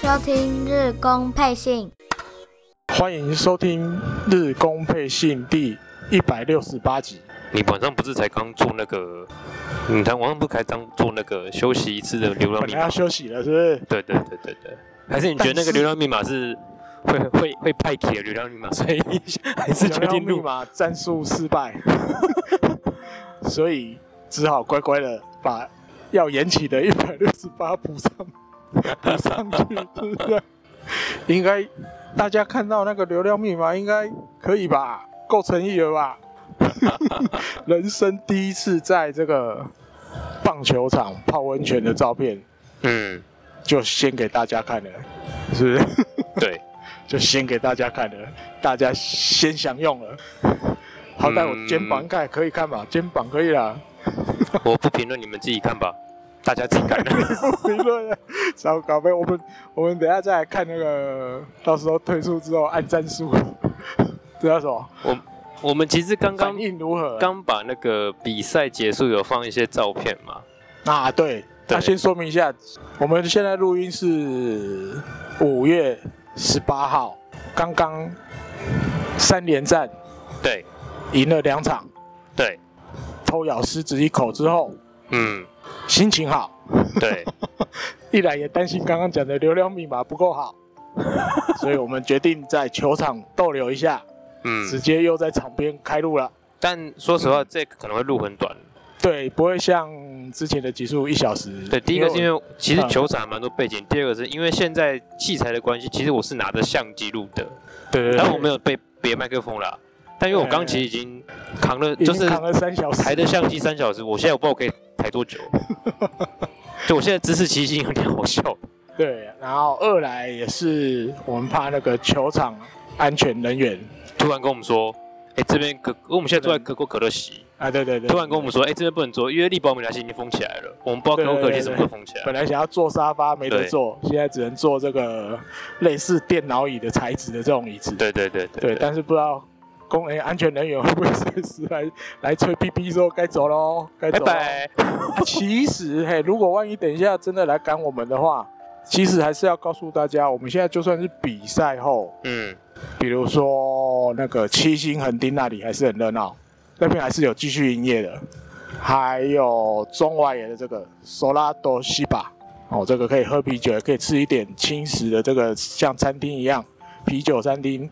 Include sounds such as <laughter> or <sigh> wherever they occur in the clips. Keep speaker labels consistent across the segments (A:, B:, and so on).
A: 收听日工配信，
B: 欢迎收听《日工配信》第一百六十八集。
C: 你晚上不是才刚做那个？你才晚上不才刚做那个休息一次的流浪
B: 本
C: 密
B: 来要
C: 码？
B: 休息了，是不是？
C: 对对对对对，还是你觉得那个流浪密码是会会会派帖的流浪密码，所以还是决
B: 流浪
C: 定
B: 密
C: 录？
B: 码战术失败， <laughs> 所以只好乖乖的把要延期的一百六十八 <laughs> 补上补上去，是不是？应该大家看到那个流量密码，应该可以吧？够诚意了吧？ <laughs> 人生第一次在这个棒球场泡温泉的照片，
C: 嗯，
B: 就先给大家看了，是不是？
C: 对，
B: 就先给大家看了，大家先享用了。好歹我肩膀盖可以看吧，肩膀可以啦， <laughs>
C: 我不评论，你们自己看吧，大家自己 <laughs> 看。
B: 评论了糟糕，被我们我们等一下再来看那个，到时候退出之后按战术， <laughs> 这叫什么？
C: 我我们其实刚刚
B: 反应如何？
C: 刚把那个比赛结束有放一些照片嘛，
B: 啊，对，
C: 对
B: 那先说明一下，我们现在录音是五月十八号，刚刚三连战
C: 对
B: 赢了两场，
C: 对，
B: 偷咬狮子一口之后，
C: 嗯
B: 心情好，
C: 对，
B: 一来也担心刚刚讲的流量密码不够
C: <laughs>
B: 好，所以我们决定在球场逗留一下，直
C: <laughs> 嗯，
B: 接又在场边开录了。
C: 但说实话，这个可能会录很短。
B: 对，不会像之前的集数一小时。
C: 对，第一个是
B: 为
C: 因为其实
B: 嗯
C: 球场还蛮多背景，第二个是因为现在器材的关系，其实我是拿着相机录的，
B: 我对对
C: 但我
B: 对，
C: 没有被别麦克风啦。但因为我刚其实已经扛了，
B: 已
C: 就
B: 经
C: 是
B: 扛了三小时
C: 抬。的相机三小时，我现在我不知道我可以抬多
B: <laughs>
C: 久。就我现在姿势其实已经有点好笑。
B: 对，然后二来也是我们怕那个球场安全人员
C: 突然跟我们说，哎、这边可，因为我们现在坐在可口可乐席，
B: 啊，对对对，
C: 突然跟我们说，哎、这边不能坐，因为力保美来西已经封起来了，我们不知道可口可乐席什么时候封起来。
B: 本来想要坐沙发没得
C: 对
B: 坐，现在只能坐这个类似电脑椅的材质的这种椅子。
C: 对对对
B: 对，但是不知道工人安全人员会不 <laughs> 会随时来来吹哔哔说该走喽，该
C: 拜
B: 走咯。
C: 拜。
B: 啊其实嘿，如果万一等一下真的来赶我们的话，其实还是要告诉大家，我们现在就算是比赛后，
C: 嗯，
B: 比如说那个七星横丁那里还是很热闹，那边还是有继续营业的，还有中外野的这个索拉多西巴。哦，这个可以喝啤酒，也可以吃一点轻食的，这个像餐厅一样，啤酒餐厅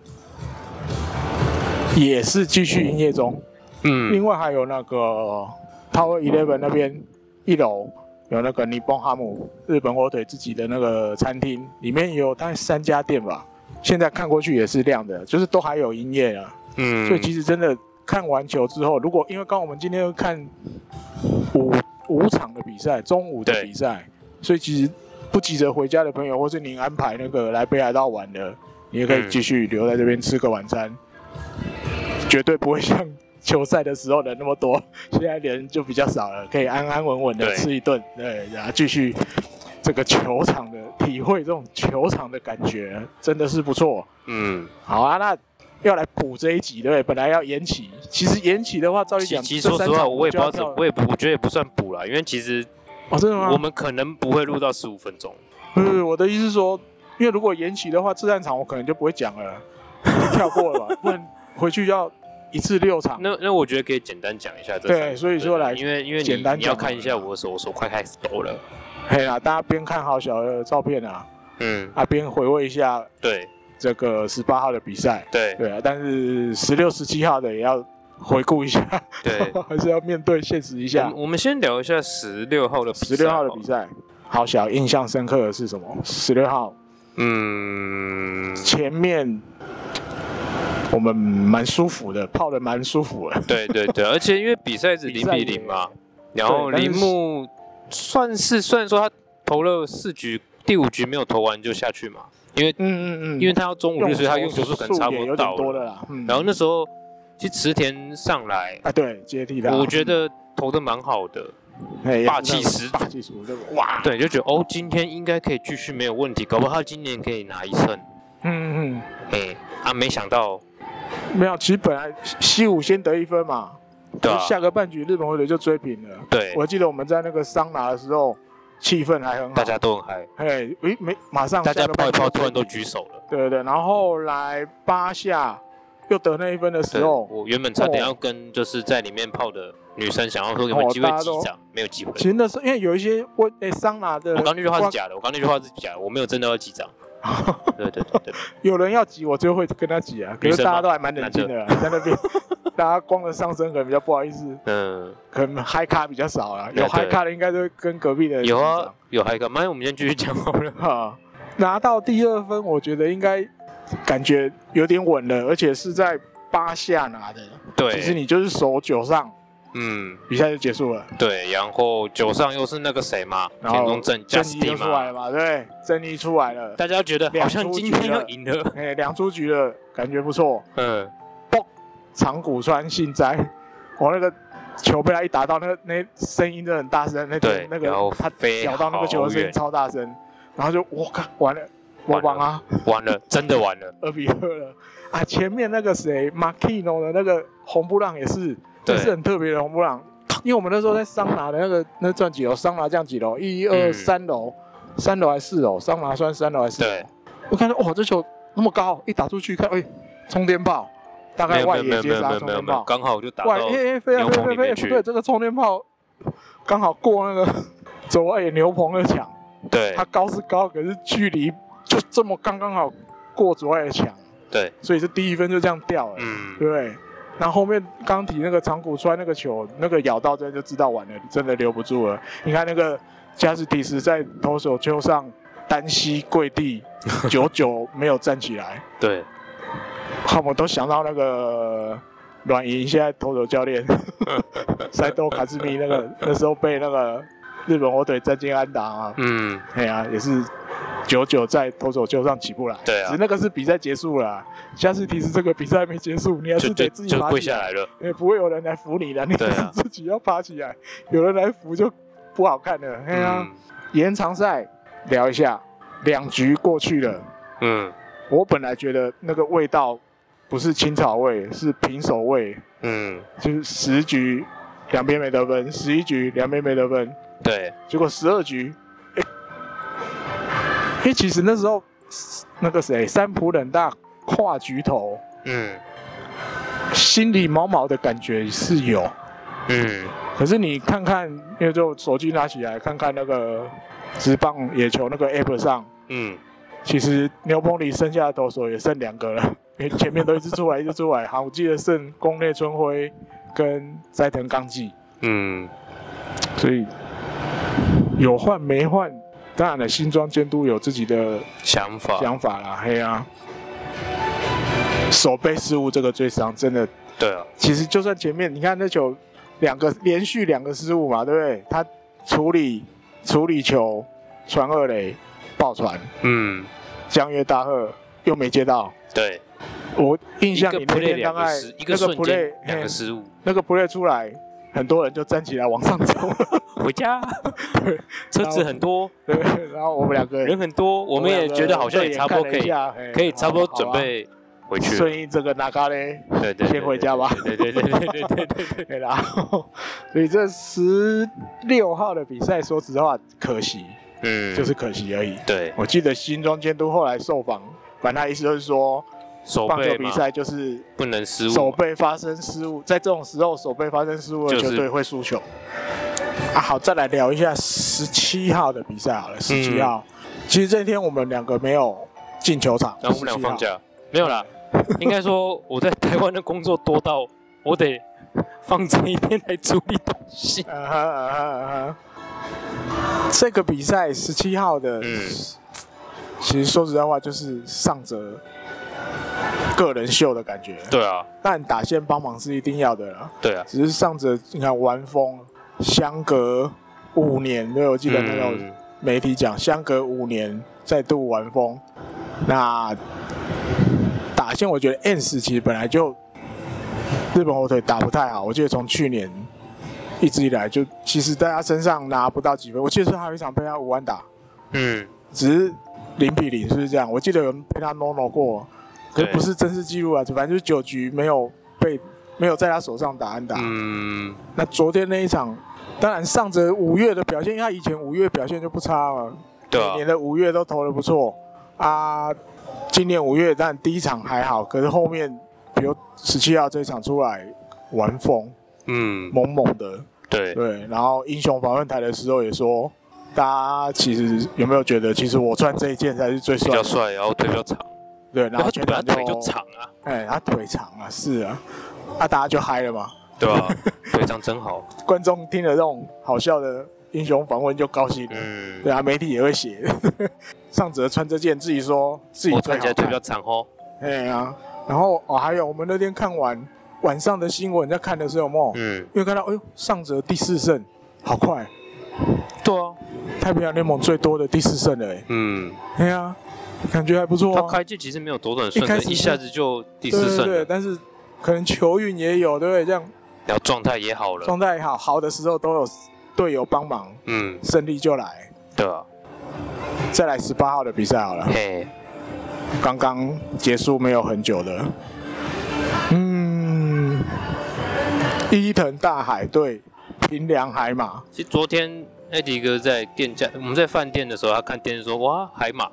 B: 也是继续营业中。
C: 嗯
B: 另外还有那个 Tower Eleven 那边一楼有那个尼崩哈姆日本火腿自己的那个餐厅，里面有大概三家店吧。现在看过去也是亮的，就是都还有营业啊。
C: 嗯，
B: 所以其实真的看完球之后，如果因为刚好我们今天看五五场的比赛，中午的
C: 对
B: 比赛，所以其实不急着回家的朋友，或是您安排那个来北海道玩的，你也可以
C: 嗯
B: 继续留在这边吃个晚餐，绝对不会像球赛的时候人那么多，现在人就比较少了，可以安安稳稳的
C: 对
B: 吃一顿，对，然后继续。这个球场的体会，这种球场的感觉真的是不错。
C: 嗯。
B: 好啊，那要来补这一集对不对？本来要延期，其实延期的话，照理
C: 其
B: 讲，
C: 其实
B: 这
C: 说
B: 三
C: 实话，
B: 场
C: 我也
B: 就
C: 不知道
B: 要
C: 怎
B: 跳
C: 么，我也不，我觉得也不算补啦，因为其实
B: 哦，真的吗？
C: 我们可能不会录到十五分钟。
B: 不是我的意思是说，因为如果延期的话，这三场我可能就不会讲了，跳过了吧，不然回去要一次六场。
C: 那那我觉得可以简单讲一下
B: 啊
C: 这
B: 对
C: 三个
B: 所以说来
C: 因为因为
B: 简单
C: 你你要
B: 讲
C: 看一下我的手，我手快开始抖了。
B: 嘿啦，大家边看好小的照片啊，
C: 嗯，
B: 啊边回味一下
C: 对
B: 这个十八号的比赛。 <laughs>
C: 对
B: 对啊，但是十六、十七号的也要回顾一下，<laughs>
C: 对。嗯
B: 还是要面对现实一
C: 我
B: 下
C: 们。我们先聊一下十六号的比赛
B: 啊十六号的
C: 好
B: 比
C: 了，
B: 赛，好小印象深刻的是什么？十六号
C: 嗯，
B: 前面我们蛮舒服的，泡的蛮舒服的。
C: 对对对，而且因为比赛是零比零嘛，然后
B: 对但是
C: 铃木算是虽然说他投了四局，第五局没有投完就下去嘛，因为
B: 嗯嗯嗯，
C: 因为他要中午日，所以他用球数可能差
B: 也
C: 不
B: 有
C: 到
B: 点多
C: 了。
B: 了啦。嗯，
C: 然后那时候其实池田上来，
B: 啊对，接替他，嗯哎
C: 我觉得投的蛮好的，
B: 嘿
C: 霸气十足
B: 霸气十足，这个哇，
C: 对，就觉得哦，今天应该可以继续没有问题，搞不好他今年可以拿一胜。
B: 嗯嗯
C: 哎、啊，没想到，
B: 嗯，没有，其实本来西武先得一分嘛，
C: 对啊
B: 就下个半局日本火腿就追平了。
C: 对
B: 我记得我们在那个桑拿的时候，气氛还很好，
C: 大家都很嗨，
B: 哎，诶，没，马上
C: 大家
B: 下个
C: 泡一
B: 半球
C: 泡，突然都举手了。
B: 对对对，然后后来八下又得那一分的时
C: 对，
B: 候，哦
C: 我原本差点要跟就是在里面泡的女生想要说有没有机会击掌，没有机会。
B: 其实那时候因为有一些我哎桑拿的，
C: 我刚那句话是假的，我刚那句话是假的，我没有真的要击
B: <laughs>
C: 掌。对对对对，
B: 有人要挤，我就会跟他挤啊。可
C: 女
B: 是
C: 生
B: 大家
C: 吗
B: 都还蛮冷静的啦，啊在那边 <laughs> 大家光着上身可能比较不好意思， <laughs>
C: 嗯，
B: 可能嗨咖比较少啊。
C: 对
B: 有嗨
C: 对
B: 咖的应该都会跟隔壁的
C: 有
B: 击掌
C: 啊，有还干嘛？我们先继续讲好了。
B: 啊，拿到第二分，我觉得应该感觉有点稳了，而且是在八下拿的。其实
C: 对，
B: 你就是手九上，
C: 嗯，
B: 比赛就结束了，
C: 对，然后九上又是那个谁嘛，
B: 然后
C: 田中正加
B: 正
C: 斯
B: 一
C: 蒂
B: 就出来
C: 嘛
B: 了，嘛，对，正一出来了，
C: 大家觉得好像今
B: 两
C: 天要
B: 出局了
C: 赢了。
B: 哎，两出局了，感觉不错。
C: 嗯，
B: 长谷川幸哉，我那个球被他一打到，那个那声音真的很大声，那个
C: 对，
B: 那
C: 然后
B: 个他
C: 飞
B: 咬到那个球的
C: 好
B: 声音
C: 远，
B: 超大声，然后就我靠完了，我
C: 完
B: 完
C: 了
B: 啊，
C: 完了，真的完了。
B: 二比二了啊！前面那个谁 Markino 的那个红布朗也是，
C: 对
B: 这是很特别的红布朗，因为我们那时候在桑拿的那个那转几楼，桑拿降几楼，一二
C: 嗯
B: 三楼，三楼还是四楼？桑拿算三楼还是四楼
C: 对？
B: 我看到哇，这球那么高，一打出去看，哎，冲天炮，大
C: 没
B: 概
C: 有
B: 外
C: 没有没
B: 野
C: 有没
B: 接
C: 有没
B: 杀
C: 有
B: 冲
C: 没有
B: 天
C: 没有，
B: 炮，
C: 刚好就打
B: 哇，
C: 到
B: 哎哎，飞啊
C: 牛
B: 飞
C: 棚
B: 啊
C: 里
B: 飞啊！
C: 面
B: 不
C: 去
B: 对，这个冲天炮刚好过那个 <laughs> 左外野牛棚的墙，
C: 对
B: 它高是高，可是距离就这么刚刚好过左外野墙，
C: 对，
B: 所以这第一分就这样掉了，
C: 嗯，
B: 对。然后后面刚提那个长谷川那个球，那个咬到这就知道完了，真的留不住了。你看那个加斯蒂斯在投手丘上单膝跪地，久久没有站起来。
C: 对，
B: 好，我都想到那个阮莹现在投手教
C: <laughs>
B: 练塞多卡兹米那个那时候被那个日本火腿战进安打啊，
C: 嗯，
B: 哎呀、也是久久在投手球上起不来。
C: 对啊
B: 只是那个是比赛结束了啊、下次提示这个比赛还没结束，你还
C: 就是就
B: 得自己
C: 就
B: 爬
C: 跪
B: 起
C: 下来了。
B: 也不会有人来扶你的，你
C: 对
B: 还是
C: 啊
B: 自己要爬起来，有人来扶就不好看了。哎呀、
C: 嗯
B: 延长赛聊一下，两局过去了。
C: 嗯
B: 我本来觉得那个味道不是青草味，是平手味，
C: 嗯，
B: 就是十局两边没得分，十一局两边没得分，
C: 对，
B: 结果十二局，哎、因为其实那时候那个谁三浦冷大跨局头，
C: 嗯
B: 心里毛毛的感觉是有，
C: 嗯，
B: 可是你看看，因为就手机拿起来看看那个直棒野球那个 app 上，
C: 嗯，
B: 其实牛棚里剩下的投手也剩两个了， <laughs> 因为前面都一直出来，一直出来。好，我记得剩宫内春辉跟斋藤刚纪，
C: 嗯，
B: 所以有换没换，当然了，新庄监督有自己的
C: 想法，
B: 想法啦，嘿啊。守备失误这个最伤，真的，
C: 对啊，
B: 其实就算前面你看那球两个连续两个失误嘛，对不对？他处理处理球传二垒爆传，
C: 嗯，
B: 江越大贺又没接到，
C: 对，
B: 我印
C: 一
B: 象
C: 个
B: 里那
C: play
B: 天大
C: 两个
B: 概
C: 失，一
B: 那
C: 个
B: 个
C: 瞬
B: play
C: 间两
B: 嘿
C: 个失误，
B: 那个 play 出来，很多人就站起来往上走，
C: 回家， <laughs> 车子很多，
B: 对，然后我们两个
C: 人很多，我们也觉得好像也差不多可以，
B: 以
C: 可以差不多准备回去了，
B: 顺应这个那嘎嘞，
C: 对对，对
B: 先回家吧
C: 对对对对对对对对，
B: 对然后所以这十六号的比赛，说实话可惜，
C: 嗯，
B: 就是可惜而已。
C: 对
B: 我记得新庄监督后来受访，反正他意思就是说，
C: 手
B: 棒球
C: 背
B: 比
C: 嘛，
B: 赛就是
C: 不能失误
B: 手
C: 嘛，
B: 背发生失误，在这种时候手背发生失误的
C: 就是
B: 球队会输球。啊，好，再来聊一下十七号的比赛好
C: 嗯
B: 了。十七号，其实这一天我们两个没有进球场，
C: 然后我们俩
B: 17号
C: 放，假，没有啦，应该说我在台湾的工作多到我得放这一天来处理东西。
B: 啊哈啊哈啊哈。这个比赛十七号的，
C: 嗯
B: 其实说实在话就是上泽个人秀的感觉，
C: 对啊，
B: 但打线帮忙是一定要的啦。
C: 对啊，
B: 只是上着你看玩风，相隔五年，对我记得那种
C: 嗯
B: 媒体讲，相隔五年再度玩风，那打线我觉得 N 时期本来就日本火腿打不太好，我记得从去年一直以来就其实在他身上拿不到几分，我记得是还有一场被他五万打，
C: 嗯，
B: 只是零比零是不是这样？我记得有人被他 no no 过，可是
C: 对
B: 不是正式记录啊，反正就是九局没有被没有在他手上打安打。
C: 嗯，
B: 那昨天那一场，当然上着五月的表现，因为他以前五月表现就不差嘛，
C: 对
B: 每年
C: 啊，
B: 的五月都投的不错啊。今年五月，但第一场还好，可是后面，比如十七号这一场出来玩疯，
C: 嗯，
B: 猛猛的，
C: 对，
B: 对。然后英雄访问台的时候也说，大家其实有没有觉得，其实我穿这一件才是最
C: 比
B: 帅
C: 较
B: 的？
C: 帅，然后腿比较长，
B: 对，然
C: 然
B: 后
C: 后
B: 全
C: 腿
B: 场
C: 他
B: 就
C: 腿就，长啊，
B: 哎，他腿长啊，是啊，啊，大家就嗨了嘛。
C: 对吧？腿长真好，
B: 观众听了这种好笑的英雄访问就高兴了。
C: 嗯
B: 对，啊，媒体也会写， <laughs> 上泽穿这件自己说自己
C: 我
B: 最
C: 看
B: 好
C: 起来腿比
B: 看
C: 较。长哦，
B: 哎呀，然后哦，还有我们那天看完晚上的新闻，在看的时候有没有？
C: 嗯，
B: 因为看到哎呦，上泽第四胜，好快，
C: 对啊，
B: 太平洋联盟最多的第四胜了哎。
C: 嗯，
B: 哎呀，感觉还不错、
C: 他
B: 哦。
C: 开季其实没有多转顺
B: 一开
C: 的，
B: 始是
C: 一下子就第
B: 对
C: 四
B: 对
C: 胜
B: 对，
C: 了，
B: 但是可能球运也有，对不对？这样
C: 然后状态也好了，
B: 状态好，好的时候都有队友帮忙，
C: 嗯，
B: 胜利就来。
C: 对啊，
B: 再来十八号的比赛好了。
C: 嘿，
B: 刚刚结束没有很久的，嗯，伊藤大海对平良海马，
C: 其实昨天艾迪哥在店家，我们在饭店的时候，他看电视说，哇，海马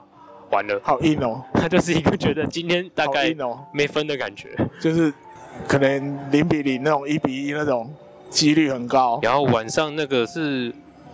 C: 完了， <laughs>
B: 好硬哦，
C: 他就是一个觉得今天大
B: 好
C: 概
B: 硬哦，
C: 没分的感觉，
B: 就是可能零比零那种、一比一那种几率很高。
C: 然后晚上那个是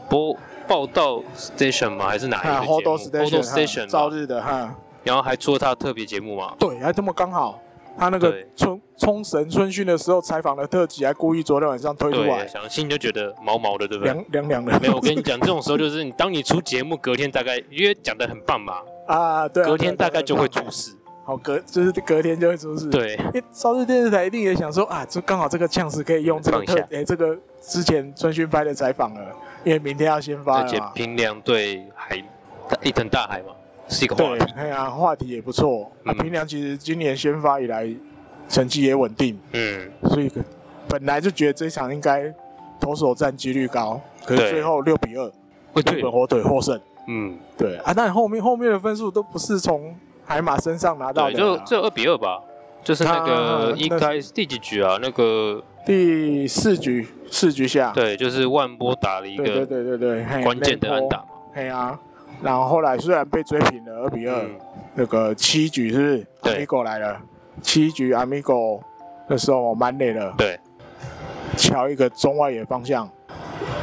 C: 播报道 station 吗？还是哪一
B: 啊
C: 个
B: h o d o
C: Hold
B: Station，哈朝
C: Station 嘛？
B: 日的哈，
C: 然后还出了他的特别节目嘛？
B: 对，哎还这么刚好，他那个
C: 对
B: 冲冲绳春训的时候采访的特辑，还故意昨天晚上推出
C: 对，
B: 来，
C: 想心里就觉得毛毛的，对不对？
B: 凉凉凉的。
C: 没有，我跟你讲，这种时候就是你当你出节目隔天大概，因为讲的很棒嘛，
B: <laughs> 啊，对啊，
C: 隔天
B: 对啊
C: 大概就会，出
B: 对啊
C: 事。
B: 好隔就是隔天就会出事。
C: 对，
B: 因为朝日电视台一定也想说啊，就刚好这个呛是可以用这个
C: 放一
B: 特
C: 下
B: 哎、这个之前春勋拍的采访了，因为明天要先发
C: 而
B: 了
C: 且
B: 嘛。
C: 平凉对海一藤大海嘛，是一个话
B: 对
C: 题。，
B: 哎呀、话题也不错。啊，
C: 啊嗯
B: 平良其实今年先发以来成绩也稳定，
C: 嗯，
B: 所以本来就觉得这场应该投手战几率高，可是
C: 对
B: 最后六比二，
C: 哦
B: 日
C: 对
B: 本，火腿获胜。
C: 嗯，
B: 对啊，但后面后面的分数都不是从海马身上拿到
C: 对，
B: 的啊
C: 就
B: 啦，
C: 这二比二吧，就是那
B: 啊
C: 个一
B: 那
C: 开始第几局啊？那个
B: 第四局四局下，
C: 对，就是万波打了一
B: 对对
C: 个
B: 对对对，嘿
C: 关键的
B: 那一
C: 安
B: 波
C: 打嘛。
B: 哎呀、然后后来虽然被追平了二比二、
C: 嗯，
B: 那个七局是不是？
C: 对
B: a m i g o 来了，七局 Amigo 那时候我蛮累了，
C: 对，
B: 敲一个中外野方向，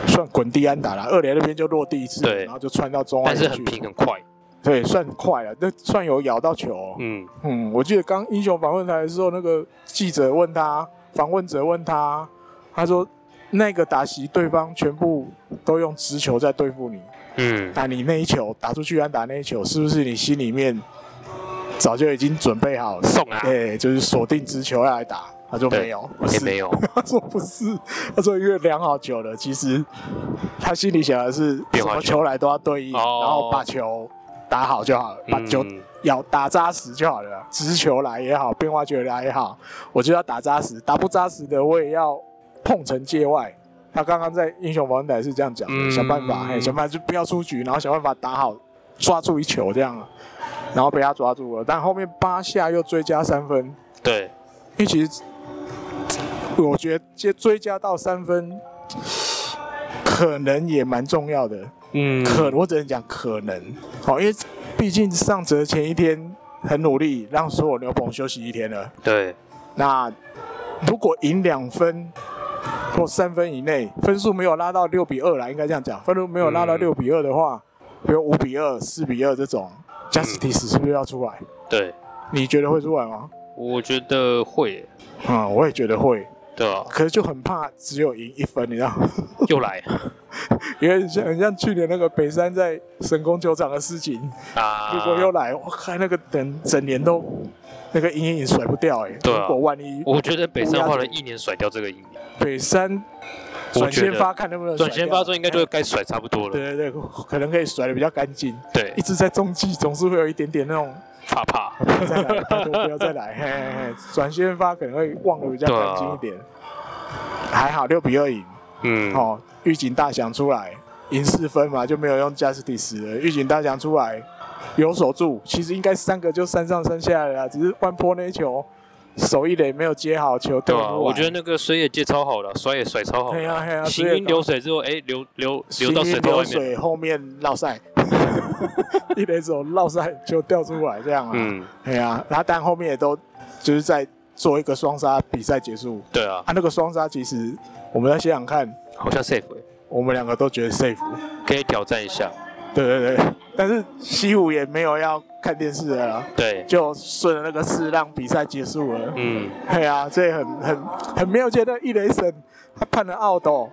B: 算滚地安打了，二垒那边就落地一次，
C: 对
B: 然后就穿到中外
C: 但
B: 野
C: 是很
B: 去，
C: 平很快。
B: 对，算快了，那算有咬到球哦、
C: 嗯，
B: 嗯，我记得刚英雄访问台的时候，那个记者问他，访问者问他，他说那个打席对方全部都用直球在对付你。
C: 嗯，
B: 打你那一球，打出去安打那一球，是不是你心里面早就已经准备好了？
C: 送啊，
B: 对，就是锁定直球要来打，他说
C: 对
B: 没有，不是
C: 也没有，
B: 他说不是，他说因为量好久了，其实他心里想的是
C: 变
B: 什
C: 化
B: 么
C: 球
B: 球来都要对应，
C: 哦
B: 然后把球打好就好了，把球
C: 嗯
B: 咬打扎实就好了，直球来也好，变化球来也好，我就要打扎实，打不扎实的我也要碰成界外。他刚刚在英雄王台是这样讲的，
C: 嗯
B: 想办法，嘿，想办法就不要出局，然后想办法打好，抓住一球这样啊，然后被他抓住了，但后面八下又追加三分，
C: 对，
B: 因为其实我觉得接追加到三分，可能也蛮重要的。
C: 嗯，
B: 可我只能讲可能，好、因为毕竟上泽前一天很努力，让所有牛棚休息一天了。
C: 对，
B: 那如果赢两分或三分以内，分数没有拉到六比二啦，应该这样讲，分数没有拉到
C: 嗯
B: 六比二的话，比如五比二、四比二这种，Justice 是不是要出来？
C: 对，
B: 你觉得会出来吗？
C: 我觉得会耶，
B: 啊、我也觉得会。
C: 对啊，
B: 可是就很怕只有赢一分，你知道吗？ <laughs>
C: 又来
B: 因为像很像去年那个北山在神宫球场的事情，
C: 啊，
B: 如果又来，我看那个整整年都那个阴影甩不掉哎、
C: 对啊
B: 如果万一
C: 我觉得北上花了一年甩掉这个阴影，
B: 北山
C: 我
B: 转
C: 觉
B: 先
C: 得
B: 发看能不能甩
C: 转
B: 掉
C: 先发之后应该就该甩差不多了，
B: 对对对，可能可以甩的比较干净。
C: 对
B: 一，直在中继，总是会有一点点那种
C: 怕怕，
B: 不要再来，拜托不要再来，嘿嘿嘿，转先发可能会忘的比较
C: 啊
B: 干净一点。还好六比二赢，
C: 嗯，
B: 哦，预警大翔出来赢四分嘛，就没有用加斯蒂斯了。预警大翔出来有守住，其实应该三个就三上三下了啦，只是万波那一球手一垒没有接好球，
C: 对
B: 不
C: 啊，
B: 完
C: 我觉得那个水也接超好了，甩也甩超好
B: 嘿
C: 了，
B: 啊嘿啊，
C: 行
B: 所以
C: 云流水之后，哎，流流流
B: 行
C: 到水
B: 云
C: 道
B: 流
C: 外面，
B: 水啊后面绕赛， <laughs> 一垒手绕赛就掉出来这样啊，
C: 嗯，
B: 哎呀，然后但后面也都就是在做一个双杀，比赛结束
C: 对啊，
B: 啊，那个双杀其实我们在现场看，
C: 好像 safe，欸
B: 我们两个都觉得 safe，
C: 可以挑战一下，
B: 对对对，但是西武也没有要看电视了啦，
C: 对，
B: 就顺着那个势让比赛结束了，
C: 嗯，
B: 哎呀、所以很很很没有觉得一雷神他判了奥斗，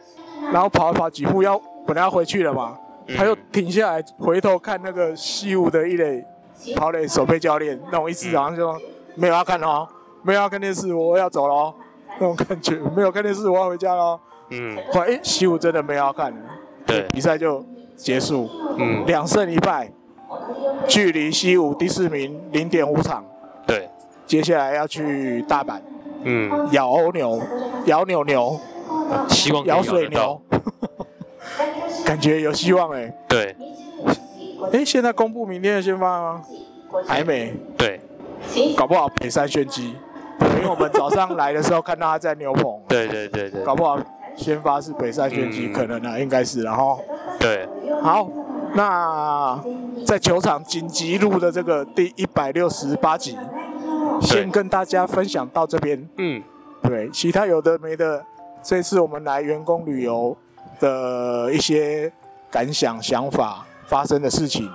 B: 然后跑一跑几步要本来要回去了嘛，
C: 嗯
B: 他又停下来回头看那个西武的一垒跑垒守备教练那种意思，
C: 嗯
B: 好像就说没有要看哦，没有要看电视，我要走喽，那种感觉，没有看电视，我要回家喽。
C: 嗯，
B: 后来哎，西武真的没有要看了，
C: 对，
B: 比赛就结束，
C: 嗯，
B: 两胜一败，距离西武第四名零点五场，
C: 对，
B: 接下来要去大阪。
C: 嗯，
B: 咬欧牛，咬扭牛，
C: 希望可以
B: 咬
C: 咬
B: 水
C: 得到
B: 牛，，感觉有希望哎、欸。
C: 对
B: 哎、现在公布明天的先发了吗？还没，
C: 对
B: 搞不好北山炫基，因为我们早上来的时候看到他在牛棚，
C: 对对对对
B: 搞不好先发是北山炫基，
C: 嗯
B: 可能啊，应该是。然后
C: 对，
B: 好，那在球场紧急录的这个第一百六十八集，先跟大家分享到这边。
C: 嗯，
B: 对，其他有的没的，这次我们来员工旅游的一些感想、想法、发生的事情，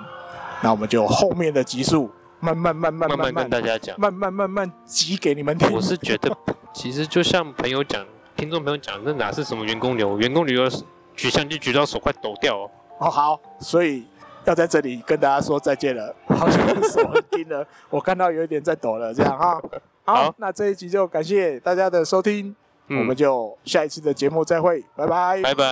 B: 那我们就后面的集数慢慢慢慢
C: 慢慢
B: 慢慢
C: 跟大家讲。
B: 慢慢慢慢集给你们听。
C: 我是觉得，其实就像朋友讲，听众朋友讲，那哪是什么员工流？员工流举相机举到手快抖掉、哦。
B: 哦好，所以要在这里跟大家说再见了，好像手很冰
C: <laughs>
B: 了，我看到有一点在抖了，这样啊。好，
C: 好
B: 那这一集就感谢大家的收听，
C: 嗯
B: 我们就下一次的节目再会，拜拜
C: 拜拜。